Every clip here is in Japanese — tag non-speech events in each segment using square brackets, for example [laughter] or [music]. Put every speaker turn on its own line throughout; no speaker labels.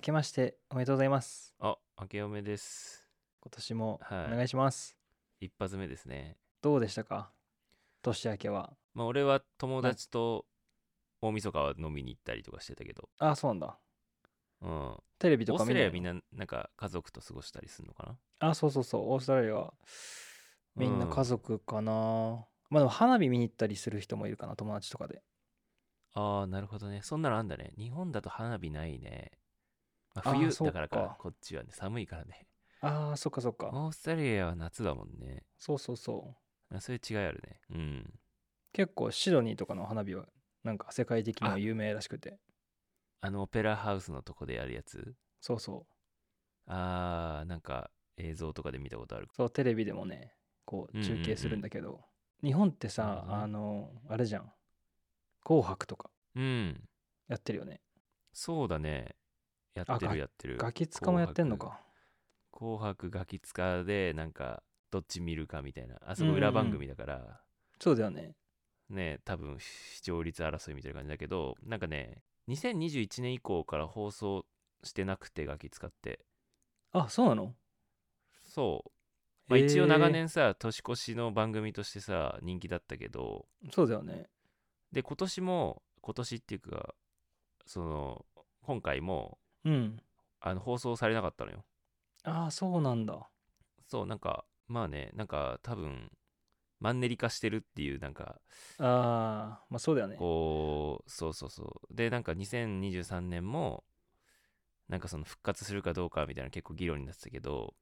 けましておめでとうございます。
あ、明けおめです。
今年も
はい
お願いします。
一発目ですね。
どうでしたか年明けは。
まあ、俺は友達と大晦日は飲みに行ったりとかしてたけど、
あ、そうなんだ。
うん。オ
テレビと
ー
か
スト
見
ラリ
ない
アはみん
の
な、なんか家族と過ごしたりするのかな
あ、そうそうそう。オーストラリアはみんな
うん
家族かな。まあでも花火見に行ったりする人もいるかな、友達とかで。
ああ、なるほどね。そんなのあんだね。日本だと花火ないね。ま
あ
あ、
ー
冬
そっ
だからか
か
こっちはね、寒いからね。
ああ、そっかそっか。
オーストラリアは夏だもんね。
そうそうそう。
あそういう違いあるね。うん。
結構シドニーとかの花火はなんか世界的には有名らしくて。
あの、オペラハウスのとこでやるやつ。
そうそう。
ああ、なんか映像とかで見たことある。
そう、テレビでもね、こう
うんうんうん
中継するんだけど。日本ってさ、
な
あ
る
の、あれじゃん。紅白とか
うん。
やってるよね。
そうだね。やって
ガ
るやってる。
ガキツカもやってんのか。
紅白。紅白ガキツカで、なんか、どっち見るかみたいな。あそ
うんうんう
こ
ん
裏番組だから、
そうだよね。
ね、多分視聴率争いみたいな感じだけど、なんかね、2021年以降から放送してなくて、ガキ使って。
あ、そうなの
そう。まあ、一応
へー
長年さ、年越しの番組としてさ、人気だったけど、
そうだよね。
で、今年も、今年っていうか、その、今回も、
うん。
あの、放送されなかったのよ。
ああ、そうなんだ。
そうなんかまあねなんか多分マンネリ化してるっていうなんか
ああ、まあそうだよね。
こうそうそうそうでなんか2023年もなんかその復活するかどうかみたいな結構議論になってたけど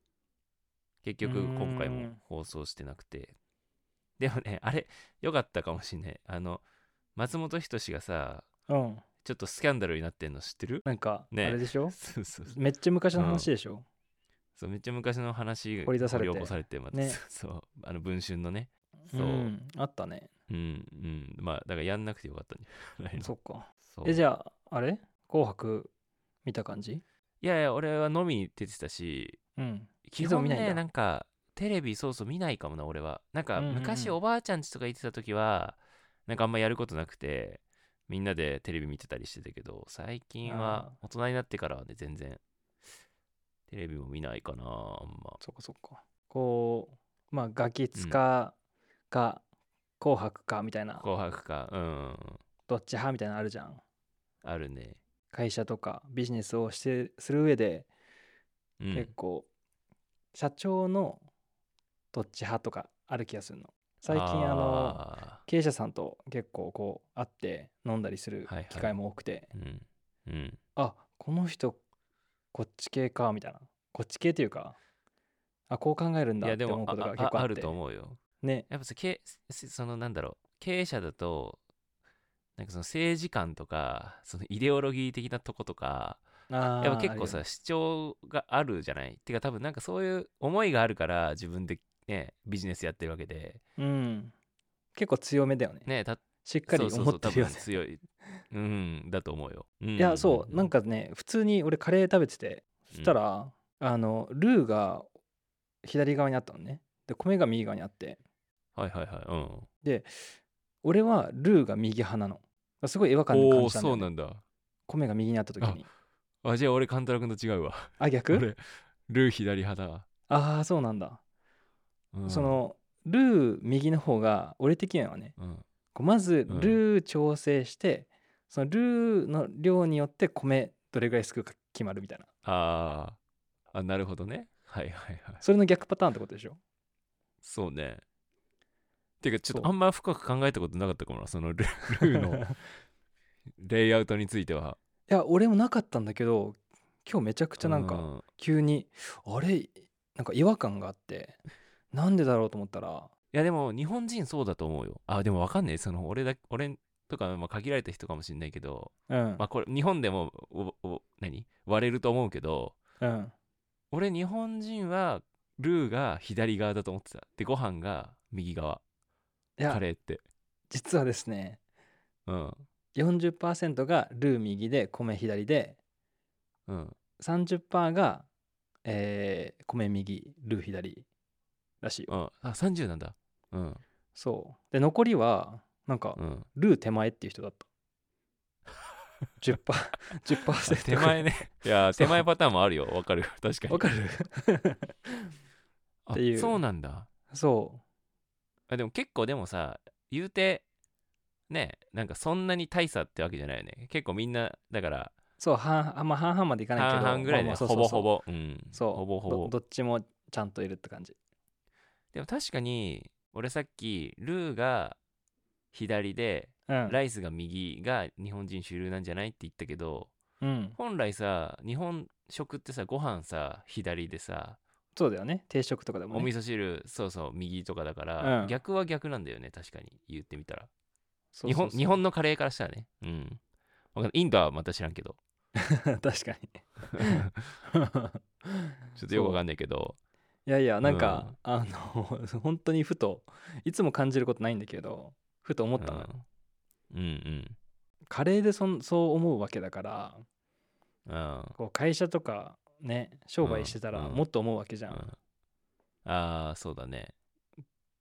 結
う
局
ーん
今回も放送してなくてでもねあれ良かったかもしんないあの松本人志がさ
うん。
ちょっとスキャンダルになってんの知ってる
なんか、あ
ねえ
れでしょ
[laughs] そうそうそう
めっちゃ昔の話でしょ、
そうめっちゃ昔の話
掘り出されて
起こされてまた、
ね
[laughs] そうあの文春のね
う
そ
ん、
う、
あったね。
うんうんまあだからやんなくてよかったんじゃないの
[laughs] そっか。
そう
え、じゃあ、あれ紅白見た感じ
いやいや俺は飲みに出てたし
うん。
基
いつも
本
見ないんだ
ねなんかテレビそうそう見ないかもな俺はなんか
うんうんうん
昔おばあちゃんちとか行ってた時はなんかあんまやることなくてみんなでテレビ見てたりしてたけど最近は大人になってからはね全然テレビも見ないかなあんま
そっかそっか。こう、まあ、ガキツカか、紅白かみたいな、
紅白かうん
どっち派みたいなのあるじゃん。
あるね
会社とかビジネスをしてする上で、
うん
結構社長のどっち派とかある気がするの最近あの
あ
経営者さんと結構こう会って飲んだりする
はいはい
機会も多くて、
ーうんうん
あこの人こっち系かみたいなこっち系というかあこう考えるん
い
だ
や
って
で
思
も
うことが
あ
結
あ
構あ
あ
っ
る
て
と思うよ
ね
やっぱさけせそのなんだろう経営者だとなんかその政治観とかそのイデオロギー的なとことか
あー
やっぱ結
ある
構
よ
さ主張があるじゃないてか多分なんかそういう思いがあるから自分でねビジネスやってるわけで
うん結構強めだよね
ねたし
しっかり思ってるよね
強いうんだと思うよ、うん
いやそうなんかね普通に俺カレー食べててそした、ら、あのルーが左側にあったのねで米が右側にあって
うんはいはいはいうん
俺はルーが右派なのすごい違和感を
お
感
おー
じたんだよ
そう
ね
なんだ
米が右にあった時に
あじゃあ俺勘太郎君と違うわ
あ逆
俺ルー左派だわ、
ああそうなんだ、
うん
そ、のルー右の方が俺的にはね
うん、
こうまず
うん
ルー調整して、そのルーの量によって米どれぐらいすくうか決まるみたいな
あーあなるほどねはいはいはい
それの逆パターンってことでしょ
そうねてかちょっ
そう
とあんま深く考えたことなかったかもなその
[laughs]
ルルー
い
のレイアウトについては
や俺もなかったんだけど今日めちゃくちゃなんか、
うん
急にあれなんか違和感があってなんでだろうと思ったら
いやでも日本人そうだと思うよあでもわかんないその俺だ俺とかまあ限られた人かもしれないけど
うん、
まあこれ日本でもおお何割れると思うけど
うん、
俺日本人はルーが左側だと思ってたでご飯が右側
い
カ
や
レーって
実はですね
うん
40%がルー右で米左で
うん
30%が、えー米右ルー左らしいよ
うんあ30なんだうん
そうで残りはなんか
うん
[laughs]
[laughs]
ルー手前っていう人だった 10%, 10%
手前ね。 [laughs] いや、
そう
手前パターンもあるよ。わかる。 [laughs] 確かに。
わかる [laughs]
あ
っていう
そうなんだ。
そ
あでも結構でもさ、言うて、ね、なんかそんなに大差ってわけじゃないよね。結構みんな、だから、
うそう半々まあ半々までいかないけ
半
ど
々ぐらいで、
まあまあそう
ほ
そうそう
ぼほぼ。うん。
そう
ほぼほぼ。
どどっちもちゃんといるって感じ
でも確かに、俺さっき、ルーが左で、
うん
ライスが右が日本人主流なんじゃないって言ったけど、
うん
本来さ、日本食ってさ、ご飯さ、左でさ、
そうだよね定食とかでも、
お
ね、
味噌汁、そうそう、右とかだから、
うん
逆は逆なんだよね、確かに。言ってみたら。
そう
日
そ
本
うそう
日本のカレーからしたらね。うん。わかんないインドはまた知らんけど。
[laughs] 確かに [laughs]
ちょっとよくわかんないけど。
いやいやなんか、あの [laughs] 本当にふといつも感じることないんだけどふと思ったのよ、
うんうん
カレーでそんそう思うわけだから
うん。あ
こう会社とかね商売してたら
うん
もっと思うわけじゃん、っ
あー、そうだね。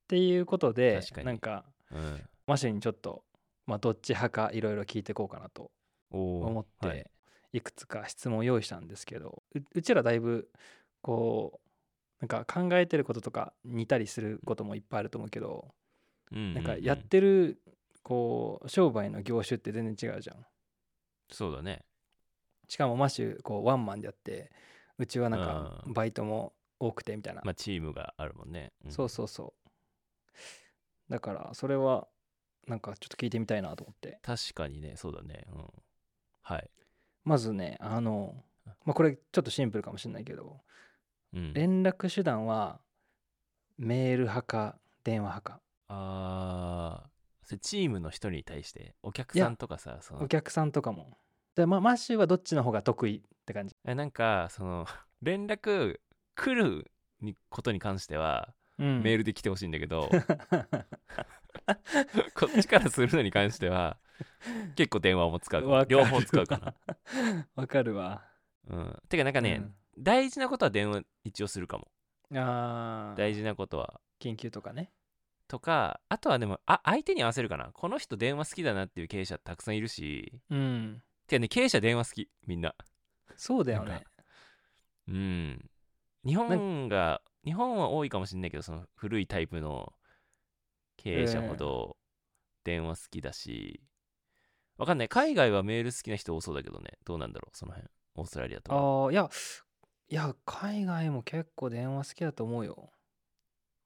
ていうことで
確かに
なんか
うん。
マシュにちょっと、まあ、どっち派かいろいろ聞いていこうかなと
おー
思っ
はい
ていくつか質問を用意したんですけどううちらだいぶこうなんか考えてることとか似たりすることもいっぱいあると思うけど
うんうんうん
なんかやってるこう商売の業種って全然違うじゃん
そうだね。
しかもマシュこうワンマンでやってうちはなんか
うん
バイトも多くてみたいな
まあ、チームがあるもんね。ん
そうそうそうだからそれはなんかちょっと聞いてみたいなと思って
確かにね、そうだね。うん。はい。
まずねあの、まあ、これちょっとシンプルかもしれないけど
うん、
連絡手段はメール派か電話派か
ああ、それチームの人に対して、お客
いや
さんとかさ、その
お客さんとかもで、まあ、マッシュはどっちの方が得意って感じ
えなんか、その、 [laughs] 連絡来るにことに関しては、
うん
メー
ル
ルで来てほしいんだけ
[laughs]
ど、 [laughs] こっちからするのに関しては、結構電話も使うか
わ
な
かる
両方使うか
わかるわ
な。うん。てか、なんかね、大事なことは電話一応するかも。
うんあー
大事なことは。
緊急とかね
とか、あとはでも、あ、相手に合わせるかな。この人電話好きだなっていう経営者たくさんいるし、
うん
てかね、経営者電話好き、みんな。
そうだよ
なん
ね
かうん。日本が、日本は多いかもしれないけど、その古いタイプの経営者ほど電話好きだし、わかんない。海外はメール好きな人多そうだけどね。どうなんだろう、その辺。オーストラリアと
あ
か。
ーいやいや海外も結構電話好きだと思うよ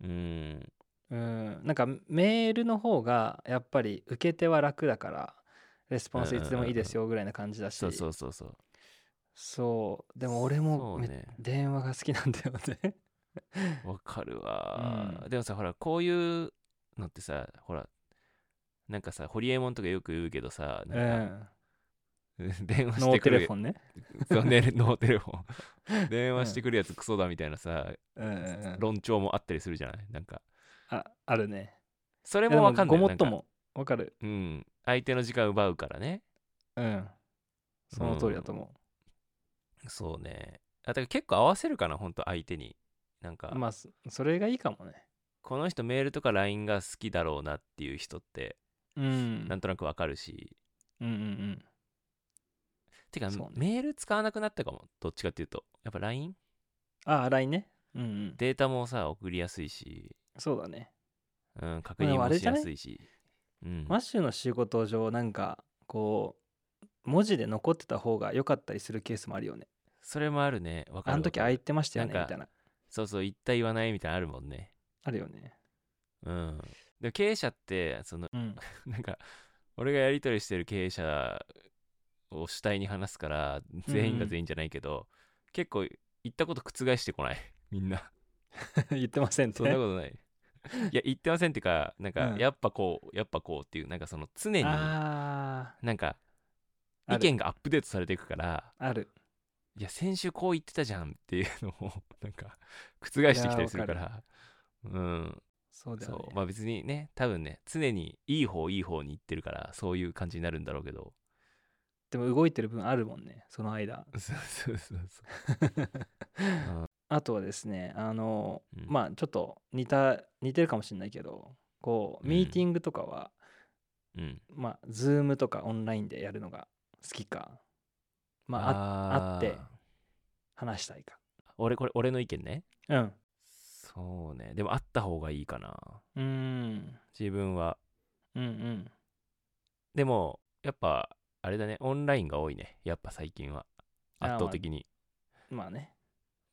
うん。
うんなんかメールの方がやっぱり受け手は楽だからレスポンスいつでもいいですよぐらいな感じだし
そうそうそうそう。
そうでも俺も
そう
め、
ね
電話が好きなんだよね
わかるわ、
うん
でもさ、ほら、こういうのってさ、ほら、なんかさ、ホリエモンとかよく言うけどさ、
う
なんか、
ん
[laughs] 電話し
ノー
て
テ
く
レ
る
フォンね
そうね、ノーテレフォン。電話してくるやつクソだみたいなさ、
うんうんうん
論調もあったりするじゃないなんか、
ああるね
それ
いや
もわかんない。
でもごもっと
なんか。
もわかる
うん。相手の時間奪うからね。
うんその通りだと思
そうね。あ、だから結構合わせるかな、本当相手に。なんか、
うまあそそれがいいかもね
この人メールとか LINE が好きだろうなっていう人って、
うん
なんとなくわかるし。
うんうんうん
てか、
そうね
メール使わなくなったかも。どっちかっていうと。やっぱ LINE?
あ LINE ねうんうん
データもさ、送りやすいし、
そうだね
うん、確
で
認
もあ
も
れ
し
じゃ
や
ね
すいし。うん。
マッシュの仕事上なんかこう文字で残ってた方が良かったりするケースもあるよね
それもあるね。わかる
あの時空
わか
い
る
てましたよね
なん
み
か
たいな
そうそう、言った言わないみたいなのあるもんね。
あるよね
うん、でも経営者ってその [laughs]
うん
なんか俺がやり取りしてる経営者を主体に話すから全員が全員じゃないけど、結構言ったこと覆してこない [laughs] みんな
[laughs] 言ってません
そんな
ね
ことないいや言ってませんっていうかなんか、
うん
やっぱこうやっぱこうっていうなんかその常にな
あ
んか
あ
意
る
見がアップデートされていくから
ーある
いや先週こう言ってたじゃんっていうのをなんか覆してきたりするから
いや
うん
そうだよ
そう
ね
まあ別にね多分ね常にいい方いい方に行ってるからそういう感じになるんだろうけど
でも動いてる分あるもんねその間
[laughs] そうそうそうそ
あとはですねあの、
うん
まあちょっと似た似てるかもしれないけどこう
うん
ミーティングとかは、
ううん
まあ Zoom とかオンラインでやるのが好きかまあああって
ー
話したいか
俺これ俺の意見ね
うん
そうねでもあった方がいいかな
うーん
自分は
うんうん
でもやっぱあれだねオンラインが多いねやっぱ最近は
あー
圧倒的に
まあね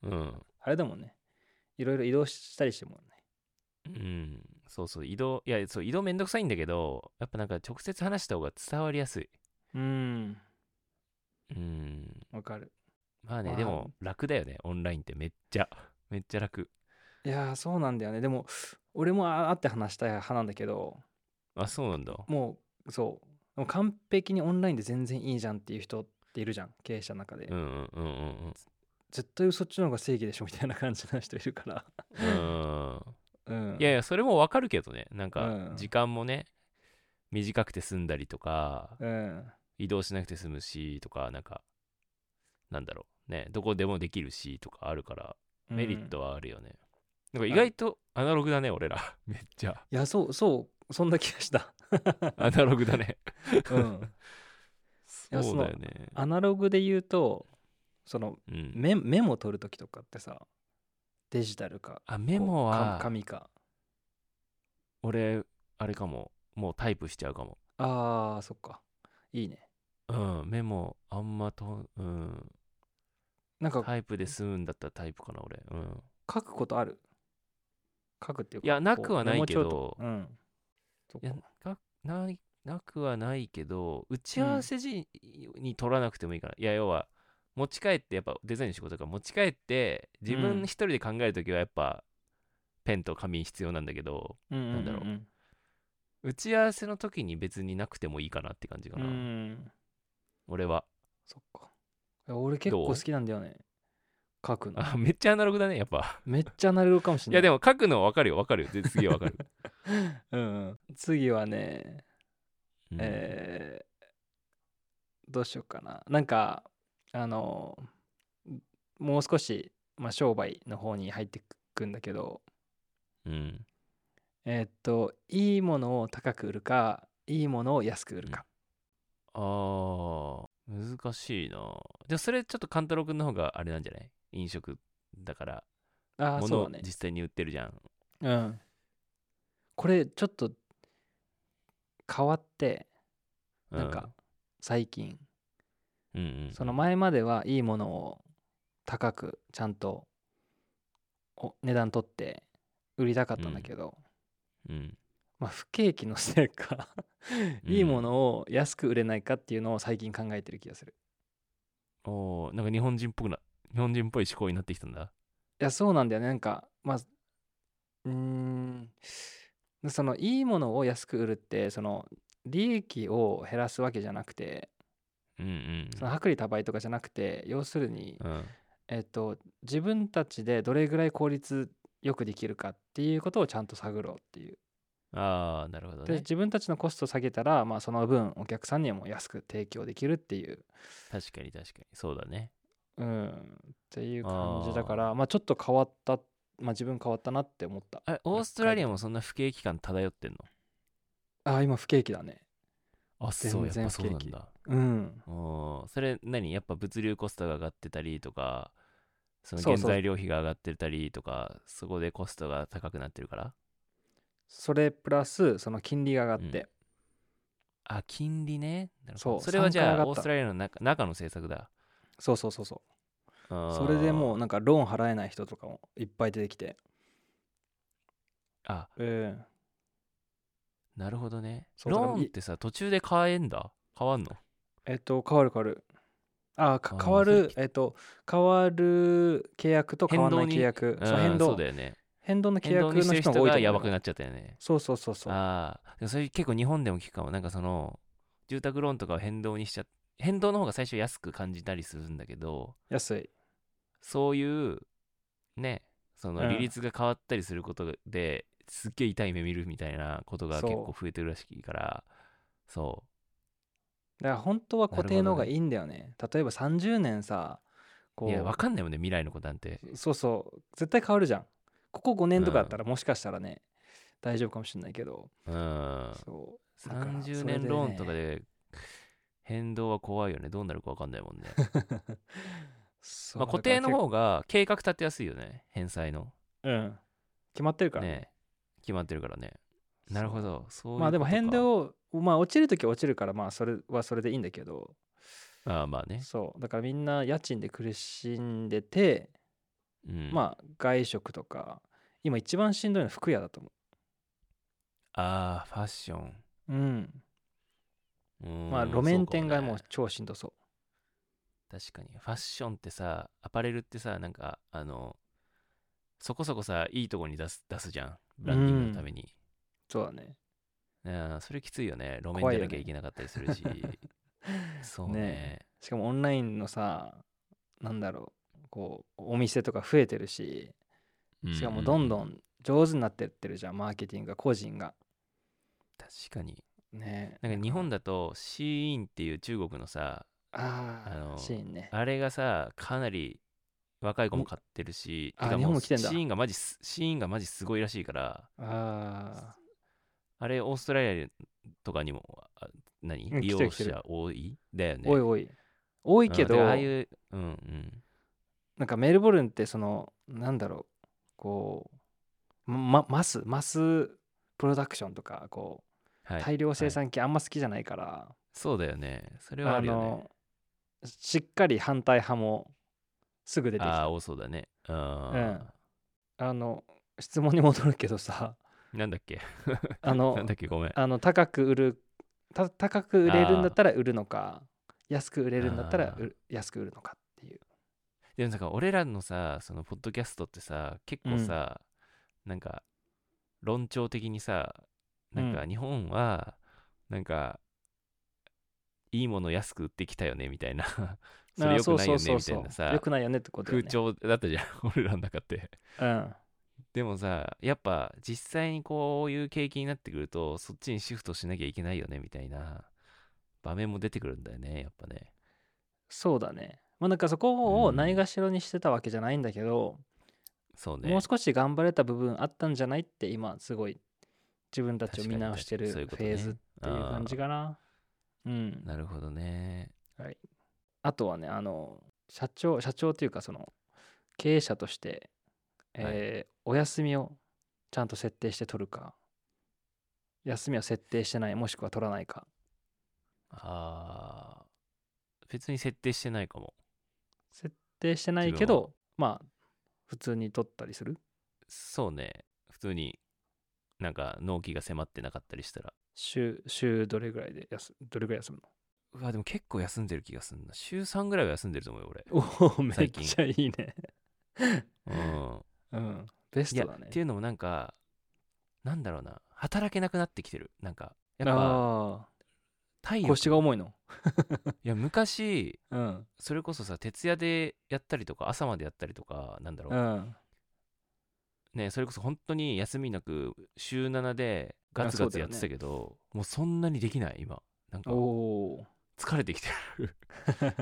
うん
あれだもんねいろいろ移動したりしてもんね
うんそうそう移動いやそう移動めんどくさいんだけどやっぱなんか直接話した方が伝わりやすいう
ーん
うん
わかる
まあね、
まあ
でも楽だよねオンラインってめっちゃめっちゃ楽
いやーそうなんだよねでも俺もあ会って話したい派なんだけど
あそうなんだ
もうそうもう完璧にオンラインで全然いいじゃんっていう人っているじゃん経営者の中で、
うんうんうんうん
絶対そっちの方が正義でしょみたいな感じの人いるから
うんうん
うん
いやいやそれもわかるけどねなん
う
か
ん
時間もね短くて済んだりとか
うん
移動しなくて済むしとかなんかなんだろうねどこでもできるしとかあるからメリットはあるよね、なんか意外とアナログだね俺ら [laughs] めっちゃ
いやそうそうそんな気がした、
アナログだね [laughs]
うん、
そ
や
うだよね
アナログで言うとその
うん、
メメモ取る時とかってさデジタルか
あメモ
こうか
は
紙か
俺あれかももうタイプしちゃうかも
あーそっかいいね
うんメモあんまと、うん、
なんか
タイプで済むんだったらタイプかな俺うん
書くことある書くっていうか
いや
こう
なくはないけ
メモ帳と
ど
かうんそっ
いや
か
なないなくはないけど打ち合わせ時に取らなくてもいいかな、いや要は持ち帰ってやっぱデザインの仕事だから持ち帰って自
うん
分一人で考える時はやっぱペンと紙必要なんだけど
うんうんうん
なんだろ打ち合わせの時に別になくてもいいかなって感じか
うん
な、
うん
俺は
そっかいや俺結構
ど
好
う
きなんだよね書
[laughs]
くの
あめっちゃアナログだねやっぱ
めっちゃなれるかもし
い
れな
や
い
でも書くの分かるよ分かるよで次は分か
[laughs]
[laughs] る、
うんうん、次はね、
うん
えーどうしようかななんかあのもう少し、まあ、商売の方に入ってくんだけど
うん
えーっといいものを高く売るかいいものを安く売るか、
あー難しいなじゃあそれちょっと勘太郎くんの方があれなんじゃない飲食だから
ああ
も
そ
の
う
を
だね
実際に売ってるじゃん。
うんこれちょっと変わって
う
なんか、最近
うんうん、
その前まではいいものを高くちゃんとお値段取って売りたかったんだけど、
うん、
まあ不景気のせいかいいものを安く売れないかっていうのを最近考えてる気がする
うん。おーなんか日本人っぽくな、日本人っぽい思考になってきたんだ。
いやそうなんだよねなんかまあうーんそのいいものを安く売るってその利益を減らすわけじゃなくて
うんうん。
その薄利多売とかじゃなくて要するに
うん、
えっと、自分たちでどれぐらい効率よくできるかっていうことをちゃんと探ろうっていう。
ああ、なるほど
で
ね。
自分たちのコストを下げたら、まあ、その分お客さんにも安く提供できるっていう、
確かに確かに。そうだね。
うん、っていう感じだか
あ
らまあ、ちょっと変わった、まあ、自分変わったなって思った。
あれ、オーストラリアもそんな不景気感漂ってんの
ああ今不景気だね。
あ、そう、やっ
全然
ぱそうなん
不景
だ。
うん。
おーそれ何やっぱ物流コストが上がってたりとか、その
そう
原
そう
材料費が上がってたりとか、そこでコストが高くなってるから
それプラスその金利が上がって、
あ、金利ね。なるほ
そ
ど
う
それはじゃ
三回上が
あ、
った
オーストラリアの中中の政策だ。
そうそうそうそ
あ
う
ー
それでもうなんかローン払えない人とかもいっぱい出てきて、
あ、
うん、
なるほどね。
そうだ
ロ
から
ーンってさ、途中で変えんだ変わんの
えっと、変わる変わる。あーか
あー
変わ
そういう
る
き、
えっと、変わる契約と変わらない
変動に
契約。そう
うん
変動
そうだよね。
変動の契
変動
約
にして
の
る
人
人
が多いと
が
思う
やばく
よ
なっちゃったよね。
そうそうそうそう。
ああ。でもそれ結構日本でも聞くかも。なんかその、住宅ローンとかを変動にしちゃ変動の方が最初安く感じたりするんだけど、
安い。
そういう、ね、その
うん
利率が変わったりすることで、すっげえ痛い目見るみたいなことが結構増えてるらしいから、そ
だから本当は固定の方
なるほど
が
ね
いいんだよね。例えば30年さ、
う。
こ
いや、わ
う、
かんないもんね、未来のことなんて。
そうそう、絶対変わるじゃん。ここ5年とかだったらもしかしたらね、大丈夫かもしれないけど、
うん。
そう。だから
30
それで
年
ね
ローンとかで変動は怖いよねどうなるか分かんない
[laughs]
もんね、
そう
まあ、固定の、方が計画立てやすいよね返済の
だから結構うん、決まってるからね
ね決まってるからねなるほどそういう
まあでも
ことか
変動まあ落ちるとき落ちるからまあそれはそれでいいんだけど
ああまあね、
そうだからみんな家賃で苦しんでて、
うん、あ
まあ外食とか今一番しんどいのは服屋だと思
あーファッション
ううん
うーん
まあ路
そう
面
かね
店がもう超しんどそう
確かにファッションってさアパレルってさなんかあのそこそこさいいとこに出す出すじゃんブランディングのために、
そうだね
うん、それきついよね路面
怖い
じ
よ
ゃな
ね
きゃいけなかったりす
[laughs]
るしそうね
ねしかもオンラインのさなんだろうこうお店とか増えてるし
う
しかもどんど
ん
ん上手になってってるじゃんマーケティングが個人が
確かに
ね
なんか日本だとシーインっていう中国のさ
あ
あ
あ
の
シーンね
あれがさかなり若い子も買ってるし、
あ
てか
日本
も
も
う
来
シ
てんだ
ーインがマジすシーインがマジすごいらしいから
ああ
あれオーストラリアとかにもあ何
うん
利
来て
用
る来てる
者多いだよね
おいおい多い
うん
けど、
だからああいううんうん
なんかメルボルンってそのなんだろうこうまマスマスプロダクションとかこ
は
う
い
大量生産系あんま好きじゃないから、
そうだよねそれはあるよね
しっかり反対派もすぐ出てき
ああ
た
多そうだねうん
あの質問に戻るけど
[laughs]
さ
なんだっけ
あの
なんだっけごめん
あの高く売るた高く売れるんだったら売るのか安く売れるんだったら売る安く売るのかっていう
でもなんか俺らのさそのポッドキャストってさ結構さ、なんか論調的にさなんか
う
日本はなんかいいもの安く売ってきたよねみたいなそれ良くないよねみたいなさ
よくないよねってことだよ
空
ね
調だったじゃん俺らの中って
うん
でもさやっぱ実際にこういう景気になってくるとそっちにシフトしなきゃいけないよねみたいな場面も出てくるんだよねやっぱね
そうだね。まあなんかそこ
う
を
ん
ないがしろにしてたわけじゃないんだけど、
そうね
もう少し頑張れた部分あったんじゃないって今すごい自分たちを見直してるフ
確かに確かに
ェーズ
そう
っ
いう
ていう感じ
が
かな。うん。
なるほどね
あとはね、あの、社長、社長というかその経営者として、えーお休みをちゃんと設定して取るか、休みを設定してない、もしくは取らないか。
あー別に設定してないかも
設定してないけ
自分
ど、まあ、普通に取ったりする
そうね普通になんか納期が迫ってなかったりしたら
週、週どれぐらいで休、どれぐらい休むの
うわでも結構休んでる気がするな週3ぐらいは休んでると思うよ俺
おおめっ
最近
ちゃいいね。 [laughs]
うん
うん。ベス
いや
トだね
っ。ていうのもなんかなんだろうな働けなくなってきてるなんかやっぱ
ああ
体力
腰が重いの。
いや昔
うん。
それこそさ徹夜でやったりとか朝までやったりとかなんだろ
う
う、
ん。
ねそれこそ本当に休みなく週7でガツガツやってたけどもうそんなにできない今なんか
おお
疲れてきてる [laughs]
ー。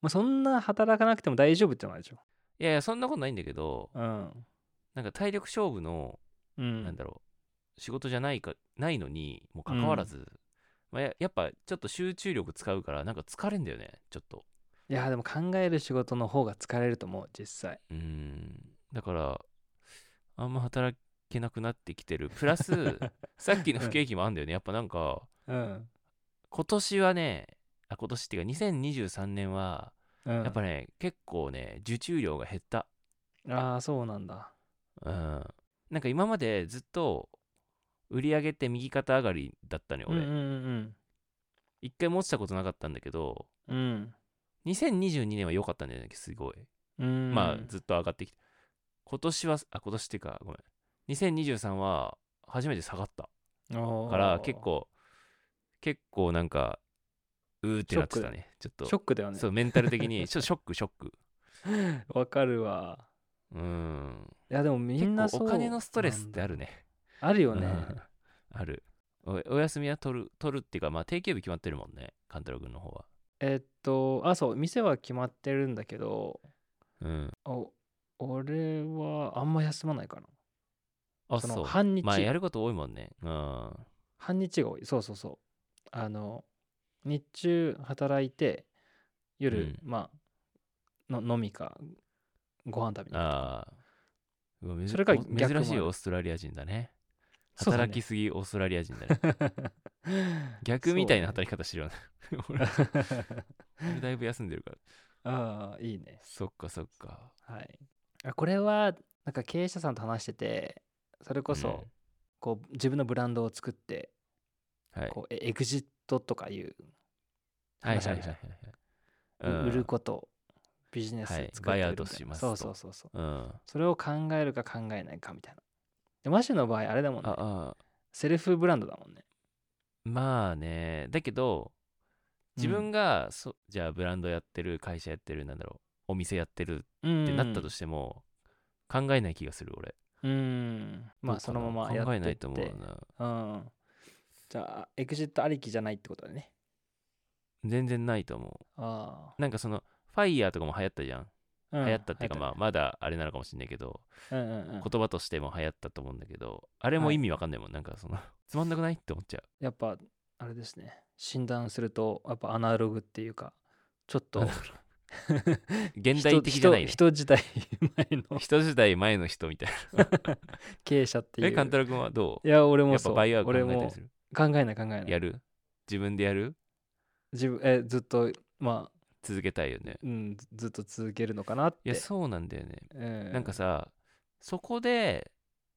まあそんな働かなくても大丈夫ってのはあるでしょ。
いやいやそんなことないんだけど
うん。
なんか体力勝負の、
うん。
なんだろう仕事じゃないかないのにもかかわらず、まあ、ややっぱちょっと集中力使うからなんか疲れんだよねちょっと
いや、でも考える仕事の方が疲れると思う、実際。
うーんだからあんま働けなくなってきてるプ
[laughs]
ラスさっきの不景気もあんだよねやっぱなんか
うん。
今年はねあ今年っていうか2023年は
うん、
やっぱね、結構ね受注量が減った
ああ、そうなんだ。
うんなんか今までずっと売り上げって右肩上がりだったのよ
うん
俺、
うんうん
一回も落ちたことなかったんだけど
うん。
2022年は良かったんだよねすごい、
うん。
まあずっと上がってきて今年はあ今年っていうかごめん2023は初めて下がった
おー
から結。構結構なんかうーってなってたねちょっと
ショックだよね
そ。うメンタル的にちょっとショックショック
わかるわ。
うん
いや、でもみ
結
んな
構
そう
お金のストレスってある
ね。
ね
あるよね。
うんあるおお休みは取る取るっていうかまあ定休日決まってるもんね勘太郎君の方は
えっと、あ、そう、店は決まってるんだけど、
うん
お俺はあんま休まないかな。
あ
そ
そ
の
う
半日、
まあやること多いもんねうん
半日が多い。そうそうそう。あの、日中働いて夜、
うん
まあの飲みかご飯食べに行く
ああ。うわめず
それが
お
逆もある
珍しいオーストラリア人だね。
そうだね
働きすぎオーストラリア人
[laughs]
だね。逆みたいな働き方してるよね。 [laughs] 俺、
き
俺だいぶ休んでるから。
[laughs] ああいいね
そっかそっか。
はいあこれはなんか経営者さんと話しててそれこそ、こう自分のブランドを作って
うん。はい。
こうエエグジットとかいう
はい
話
は
あ
い
る
はい
じゃ
は
ん
いはい。うん
売ることビジネス
は
作っ
い
て
バイア
売
ウ
る
ト
みたいな
します
そ
と
うそうそうそう
うん。あ
それを考えるか考えないかみたいなでマシュの場合あれだもんね
あ。
セルフブランドだもんね
まあね。だけど、自
う
分
ん
が、そじゃあブランドやってる、会社やってる、なんだろう、お店やってるってなったとしても、考えない気がする、俺。
うんうんまあ
ど
そう
か
の
な
ままやって
考
って
えないと思うな。
うんじゃあエグジットありきじゃないってことだね
全然ないと思
あ
う。なんかその、ファイヤーとかも流行ったじゃん。
あ、うん
流行ったっていうか、まあ、
流
まだあれなのかもしれないけ
行
ど、
ったねうんうんうん
言葉としても流行ったと思うんだけど、あれも意味わかんないもん。なんかその、つまんなくないって思っち
[laughs]
ゃう。
やっぱあれですね診断するとやっぱアナログっていうかちょっと
なんだろう現代的じゃないね。
人人人時代前 [laughs] の
人時代前の人みたい
経営者ってい
な。
う
え、カンタロ君はど
いや俺
うや
も
っぱ
そう
バイアウト考
俺
えたり
も
する
考えない考えない
やる自分でやる
自分えずっとまあ、
続けたいよね。
うん、ずずっと続けるのかなって
いや、そうなんだよね。
う、ん、
なんかさ、そこで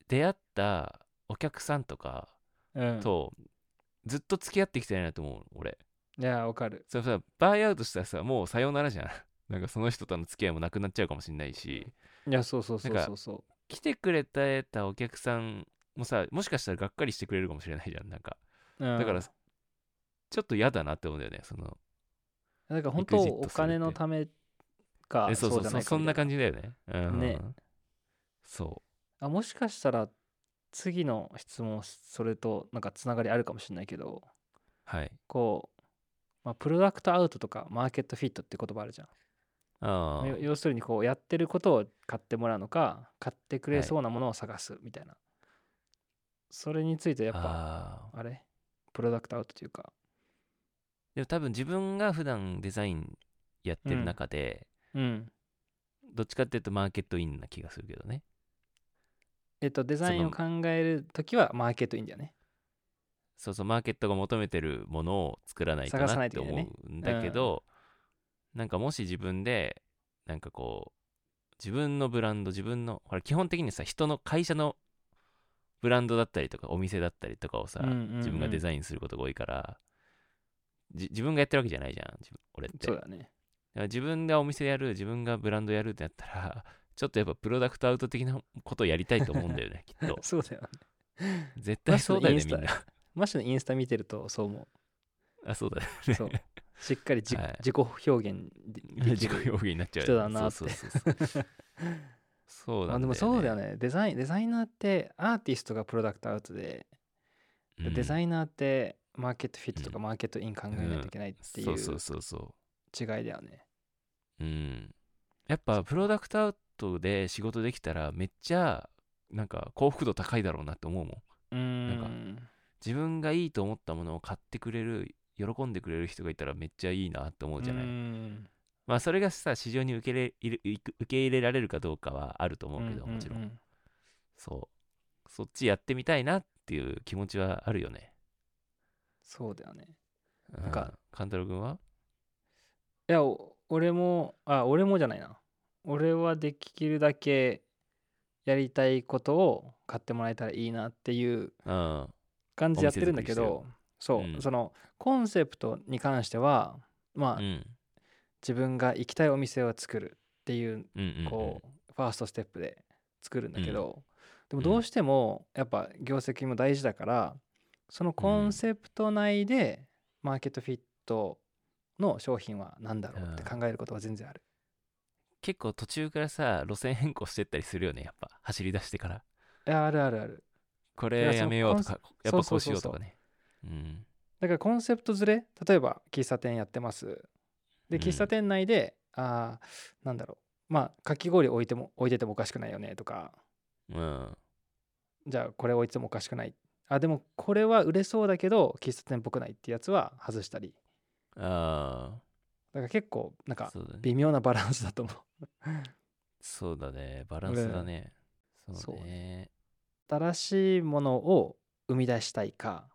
出会ったお客さんとか
うん、
と、ずっと付き合ってきたいなと思う、俺。
いやわかる
それさ、バイアウトしたらさ、もうさようならじゃん。 [laughs] なんかその人との付き合いもなくなっちゃうかもしれないし、
いやそうそうそう
なんか
そうそ
来てくれたお客さんもさ、もしかしたらがっかりしてくれるかもしれないじゃん。なんか、
う、うん、
だから、ちょっと嫌だなって思うんだよね。その、
なんか本当
EXIT するって
お金のためか
えそうそう
じゃ
そ、
ないうか
そんな
みたい
感じだよね。うん、
ね。
そ
あもしかしたら次の質問それとなんかつながりあるかもしれないけど
う。はい。
こう、まあ、プロダクトアウトとかマーケットフィットって言葉あるじゃん
あ
要要するにこうやってることを買ってもらうのか買ってくれ
はい
そうなものを探すみたいな、それについてやっぱ
あー
あれプロダクトアウトというか
でも多分自分が普段デザインやって
う
る
ん
中で、
うん
どっちかっていうとマーケットインな気がするけどね
えっとデザインを考えるときはマーケットインだよね
そうそうマーケットが求めてるものを作らないと
探さ
な
な
っ
い
て
といけ
思
ないね
うんだけどなんかもし自分でなんかこう自分のブランド自分のほら基本的にさ人の会社のブランドだったりとかお店だったりとかをさ、
うんうんうん
自分がデザインすることが多いからじ自分がやってるわけじゃないじゃん自分俺って
そうだね
だから自分がお店やる自分がブランドやるってなったら [laughs] ちょっとやっぱプロダクトアウト的なことをやりたいと思うん
[laughs]
だよねきっと
そうだよね
絶対そうだよねみ
まあ
んな
マッシュのインスタ見てるとそう思
[laughs] あそうだね
うそうしっかりじ、
はい
自己表現ででき
自己
る
表現になっちゃう
人だなって
そうそうそうそうそう
ま
な
あ
んだよね
でもそうだよねデザインデザイナーってアーティストがプロダクトアウトで、
うん
デザイナーってマーケットフィットとか
うん
マーケットイン考えないといけないっていう
そうそ
違
うそうそ
いだよね、
ううんやっぱプロダクトアウトで仕事できたらめっちゃなんか幸福度高いだろうなって思うもん
うー
か
ん
自分がいいと思ったものを買ってくれる喜んでくれる人がいたらめっちゃいいなって思うじゃない、
うーん
まあそれがさ市場に受け入れ入れ受け入れられるかどうかはあると思うけど、もちろん、
うう
そうそっちやってみたいなっていう気持ちはあるよね
そうだよね
なん
か
勘太郎君はい
やお俺もあ俺もじゃないな俺はできるだけやりたいことを買ってもらえたらいいなっていう
うん
感じでやってるんだけ
お
どそう、
うん
そのコンセプトに関してはまあ、
うん
自分が行きたいお店を作るっていう
うんうんうん
こう、ファーストステップで作るんだけど、で
ん
もどうしてもやっぱ業績も大事だからそのコンセプト内でマーケットフィットの商品は何だろうって考えることは全然ある。
結構途中からさ路線変更してったりするよねやっぱ走り出してから
いやあるあるある。
こ
い
れ
やその
やめようとかやっ
そう
ぱ
そ
こ
う
うし
そう
よう
そう
とかねうん
だからコンセプトずれ例えば喫茶店やってます。で
うん
喫茶店内で、あーなんだろうまあかき氷置いても置いててもおかしくないよねとか
うん
じゃあこれ置いててもおかしくないあでもこれは売れそうだけど喫茶店っぽくないってやつは外したり
あ
だから結構なん
あ
か
そうだね
微妙なバランスだと思う
そうだねバランスだねそ
そうう
ね
新しいものを生み出したいか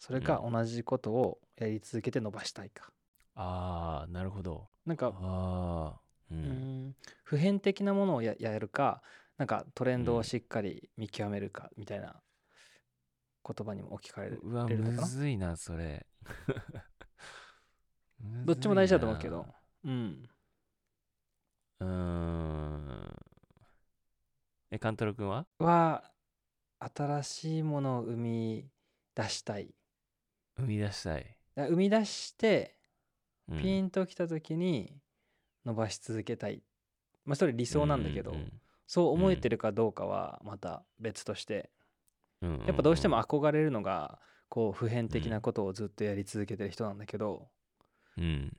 それか
う
同じことをやり続けて伸ばしたいか、
ああなるほど
なんか
ああう
うんーん普遍的なものをややるかなんかトレンド
う
を
ん
しっかり見極めるかみたいな言葉にも置き換える
うわ
れるのか
む
な
ずいなそれむずい
[laughs]
な
どっちも大事だと思うけどうん
うーんえカントロ君は
は新しいものを生み出したい
生み出したい、
だ生み出して
うん
ピンときた時に伸ばし続けたい、まあそれ理想なんだけど、
う
そう思え
うん
てるかどうかはまた別として、
うんうんん
やっぱどうしても憧れるのがこう普遍的なことをずっとやり続けてる人なんだけど、
うん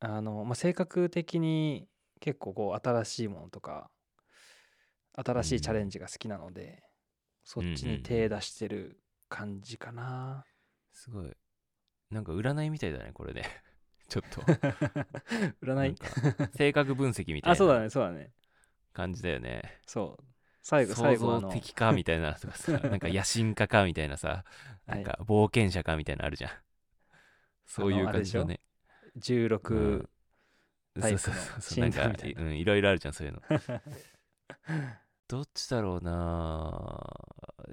あのまあ、性格的に結構こう新しいものとか新しいチャレンジが好きなので、そっちに手出してる感じか
[laughs]
な、
すごいなんか占いみたいだねこれね [laughs] ちょっと
[laughs] 占い
なんか性格分析みた
あそうだ
いな
ねそうだね
感じだよね
そう最後
想
最後あ
像
の
的かみたいなのと
[laughs]
かさなんか野心家かみたいなさ
は
ないんか冒険者かみたいなのあるじゃんそういう
あのあれ
感
で
じ
しょ
のね
16、
うん
タイプの
そうそうそう
診
なん
断
か
みたいな
うんいろいろあるじゃんそう
[laughs]
いうのどっちだろうな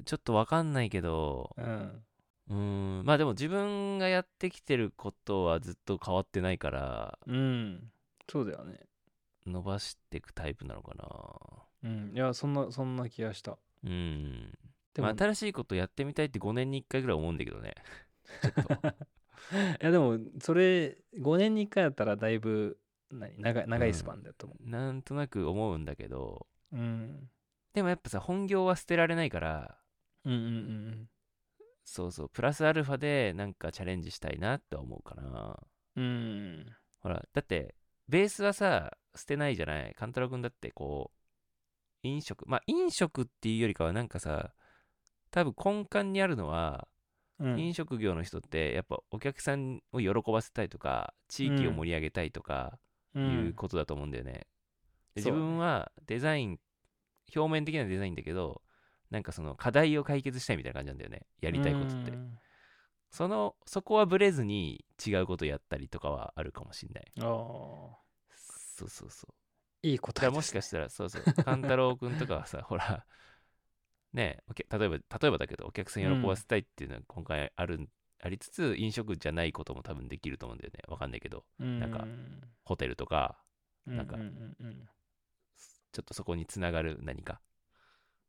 ちょっとわかんないけど
うん、
うーんまあでも自分がやってきてることはずっと変わってないから
うん、そうだよね
伸ばしていくタイプなのか
うん、いやそんなそんな気がした
なうん
で
で
も、
も新しいことやってみたいって5年に1回ぐらい思うんだけどねちょっと
いやでもそれ5年に1回やったらだいぶ何長い長いスパンだと思
[laughs] なんとなく思うんだけど
う、うん、
でもやっぱさ本業は捨てられないから
うんうんうん
そうそうプラスアルファでなんかチャレンジしたいなって思うかな
うんうん
ほらだってベースはさ捨てないじゃない勘太郎くんだってこう飲食まあ飲食っていうよりかはなんかさ多分根幹にあるのは、
うん
飲食業の人ってやっぱお客さんを喜ばせたいとか地域を盛り上げたいとか、
う
いうんことだと思うんだよね。で
そ
自
うだね
分はデザイン表面的なデザインだけどなんかその課題を解決したいみたいな感じなんだよねやりたいことって
うん
そのそこはブレずに違うことやったりとかはあるかもしんない
ああ
そうそうそう
いい
だ
答
か
え
ら
です
もしかしたらそうそう勘太郎くんとかはさほら [laughs] ねえお客例えば例えばだけどお客さん喜ばせたいっていうのは今回ある、ありつつ飲食じゃないことも多分できると思うんだよねわかんないけどなんかホテルとか
うん
なんか
うんうんうん
ちょっとそこにつながる何か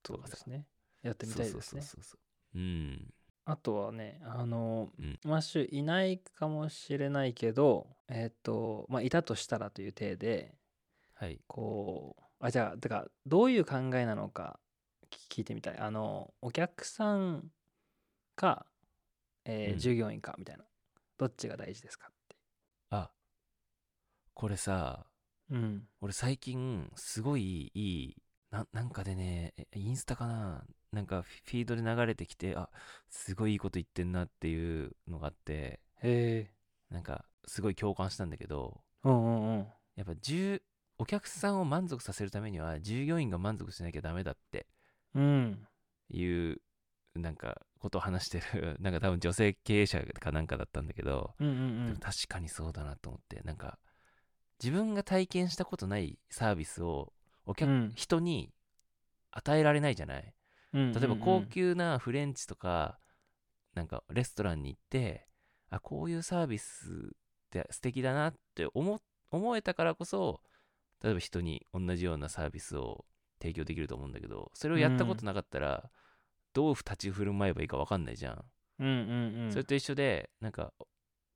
そうですねやってみたいですね
そうそうそうそううん
あとはねあの、
うん
マッシュいないかもしれないけどえっ、とまあいたとしたらという体で
はい
こうあじゃあてかどういう考えなのか聞聞いてみたいあのお客さんか、えー
うん
従業員かみたいなどっちが大事ですかって
あこれさ
うん
俺最近すごいいいななんかでねえインスタかななんかフィフィードで流れてきてあすごいいいこと言ってんなっていうのがあって
へえ
なんかすごい共感したんだけど
うんうんうん
やっぱ従お客さんを満足させるためには従業員が満足しなきゃダメだって
うん
いうなんかことを話してる [laughs] なんか多分女性経営者かなんかだったんだけど
うんう
でも
ん
確かにそうだなと思ってなんか自分が体験したことないサービスをお
う
客、
ん
人に与えられないじゃない
うん
例えば高級なフレンチとかなんかレストランに行ってあこういうサービスって素敵だなって思思えたからこそ例えば人に同じようなサービスを提供できると思うんだけどそれをやったことなかったら、どう立ち振る舞えばいいか分かんないじゃん
うんうんうん
それと一緒でなんか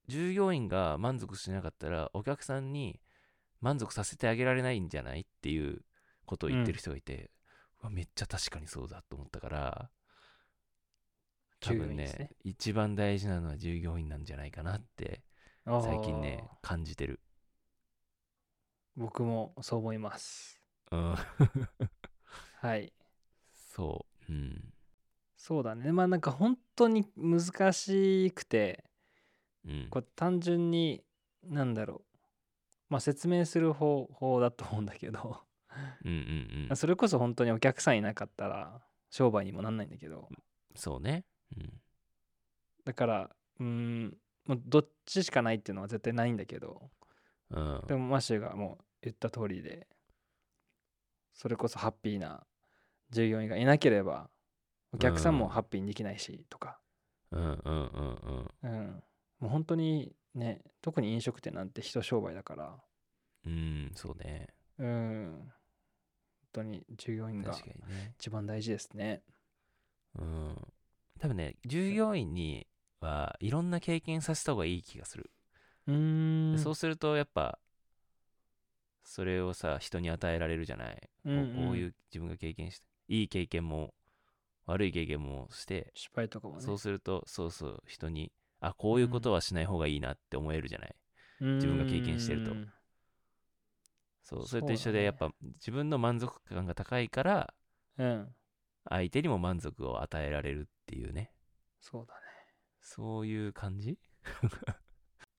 従業員が満足しなかったらお客さんに満足させてあげられないんじゃないっていうことを言ってる人がいて、うわめっちゃ確かにそうだと思ったから多分
従業員で
ね
すね
一番大事なのは従業員なんじゃないかなって最近ね
あー
感じてる、
僕もそう思います
うん、 [laughs]
はい
そう、うん、
そうだねまあなんか本当に難しくて
うん。
これ単純になんだろうまあ説明する方法だと思うんだけど
うんうんうん。
それこそ本当にお客さんいなかったら商売にもなんないんだけど
そうね。うん。
だからうーんもうどっちしかないっていうのは絶対ないんだけど
うん、
でもマシューがもう言った通りでそれこそハッピーな従業員がいなければお客さんも
うん
ハッピーにできないしとか、
うんうんうんうん。
うんもう本当にね特に飲食店なんて人商売だから
うん、そうね。
うん本当に従業員が
確かにね。
一番大事ですね
うん。多分ね、従業員にはいろんな経験させた方がいい気がする。
うーん
でそうすると、やっぱ、それをさ、人に与えられるじゃない。
う
こうんこうい
うん
う自分が経験して、いい経験も、悪い経験もして、
失敗とかもね
そうすると、そうそう、人に、あ、こういうことはしない方がいいなって思えるじゃない。自分が経験してると
うん
そう、そ
そうだ
れと
ね
一緒で、やっぱ自分の満足感が高いから、
うん
相手にも満足を与えられるっていうね。
そうだね
そういう感じ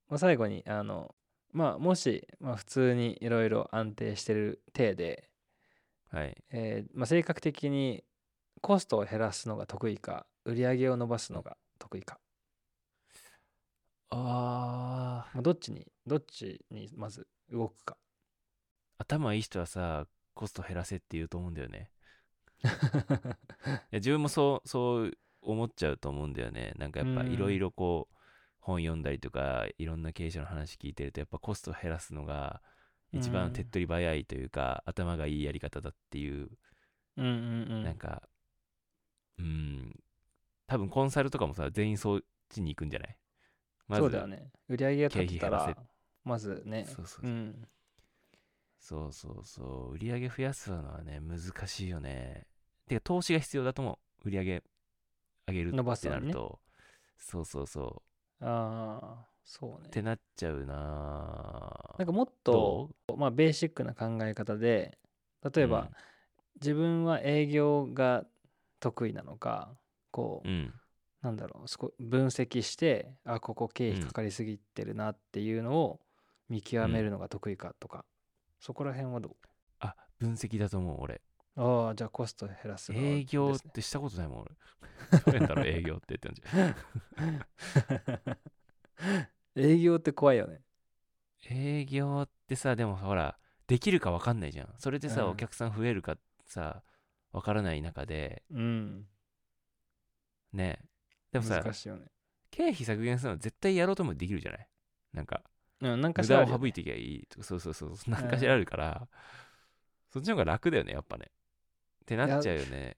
まあ、最後にあのまあもし、まあ、普通にいろいろ安定してる体で、
はい。
えーまあ、性格的にコストを減らすのが得意か売り上げを伸ばすのが得意か、
ああ。
まあ、どっちにどっちにまず動くか
頭いい人はさ、コスト減らせって言うと思うんだ
[laughs]
よね。いや自分もそう、そう思っちゃうと思うんだよね。なんかやっぱ
うん
いろいろこう、本読んだりとか、いろんな経営者の話聞いてると、やっぱコスト減らすのが一
うん
番手っ取り早いというか、頭がいいやり方だっていう、
うんうんうん
なんか、うん、多分コンサルとかもさ、全員そっちに行くんじゃないまず
そうだよね売り上げが立ってた
経費
ら
減
まずね
そうそうそううんそうそうそう。売り上げ増やすのはね、難しいよね。てか、投資が必要だと思う。売り上げ上げる
伸ば
っ
す
て
の
な
にね
ると。そうそうそ
ああそう
う。っ
ね
てなっちゃう
な
な
ん
か
かもっとまあベーシックな考え方で例えば、、自分は営業が得意なのかこう、
うんうん。
なんだろうすこ分析してあここ経費かかりすぎてるなっていうのを見極めるのが得意かとか、そこら辺はどう
あ、分析だと思う、俺。
ああじゃあコスト減らすの
営業
で
っ
すね
てしたことないもん、俺。どうやったら営業ってって感じ。
営業って怖いよね
営業ってさ、でもほら、できるか分かんないじゃん。それでさ、
うん
お客さん増えるかさ、分からない中で、
うん
ね。でもさ、
難しいよね
経費削減するのは絶対やろうともできるじゃないなんか、
うんなんか
無
しら
駄
あるよ
を省い
ね
ていけばいいとか、そうそうそう、なんかしらあるから、そっちの方が楽だよね、やっぱね。ってなっちゃうよね。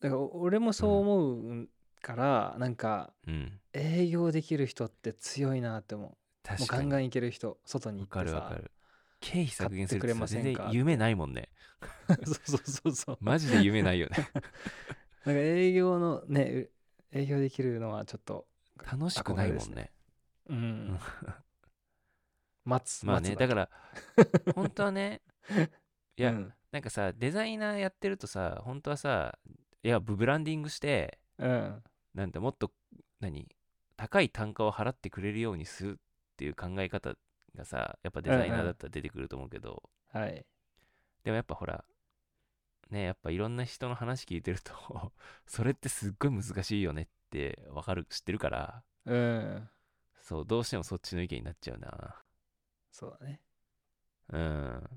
だから俺もそう思うから、なんか
うん。
営業できる人って強いなって思うも
確
うガ
か
ン
に。
ガ
わ
ンいける人外に行
か
って
る
さ
わかる。経費削減するって
買ってくれません
全
か
然夢ないもんね。
[laughs] そうそうそうそう
マジで夢ないよ
[laughs]
ね。
なんか営業のねう営業できるのはちょっと
楽しくな
憧れ
い
で
も
す
んね。
うん
[laughs]
待つ
まあ
待
ね、
つ
だ
だ
から、本当
[laughs]
はね、いや、
うん
なんかさ、デザイナーやってるとさ、本当はさ、いや、ブブランディングして、
うん
なんてもっと何高い単価を払ってくれるようにするっていう考え方がさやっぱデザイナーだったら出てくると思うけど、
はい
でもやっぱほらねやっぱいろんな人の話聞いてると [laughs] それってすっごい難しいよねってわかる知ってるから
うん
そうどうしてもそっちの意見になっちゃうな
そうだね
うん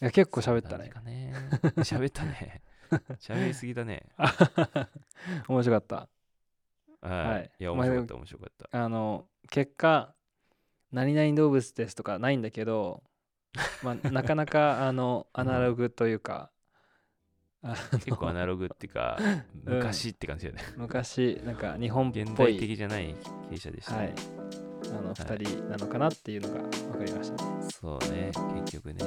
いや結構喋った
そん
ね
な感じかね喋ったね喋りすぎだね
[laughs] 面白かった
はい、
はいい、
や面白かった面白かった
あの結果何々動物ですとかないんだけど、まあ、なかなかあのアナログというか、あの
結構アナログっていうか
[laughs] うん
昔って感じだよね、
昔なんか日本っ
現
ぽ
代
い
的じゃない経営者でしたね、
はい、あの
は
2
い
人なのかなっていうのが分かりましたね。
そうね、結局ね。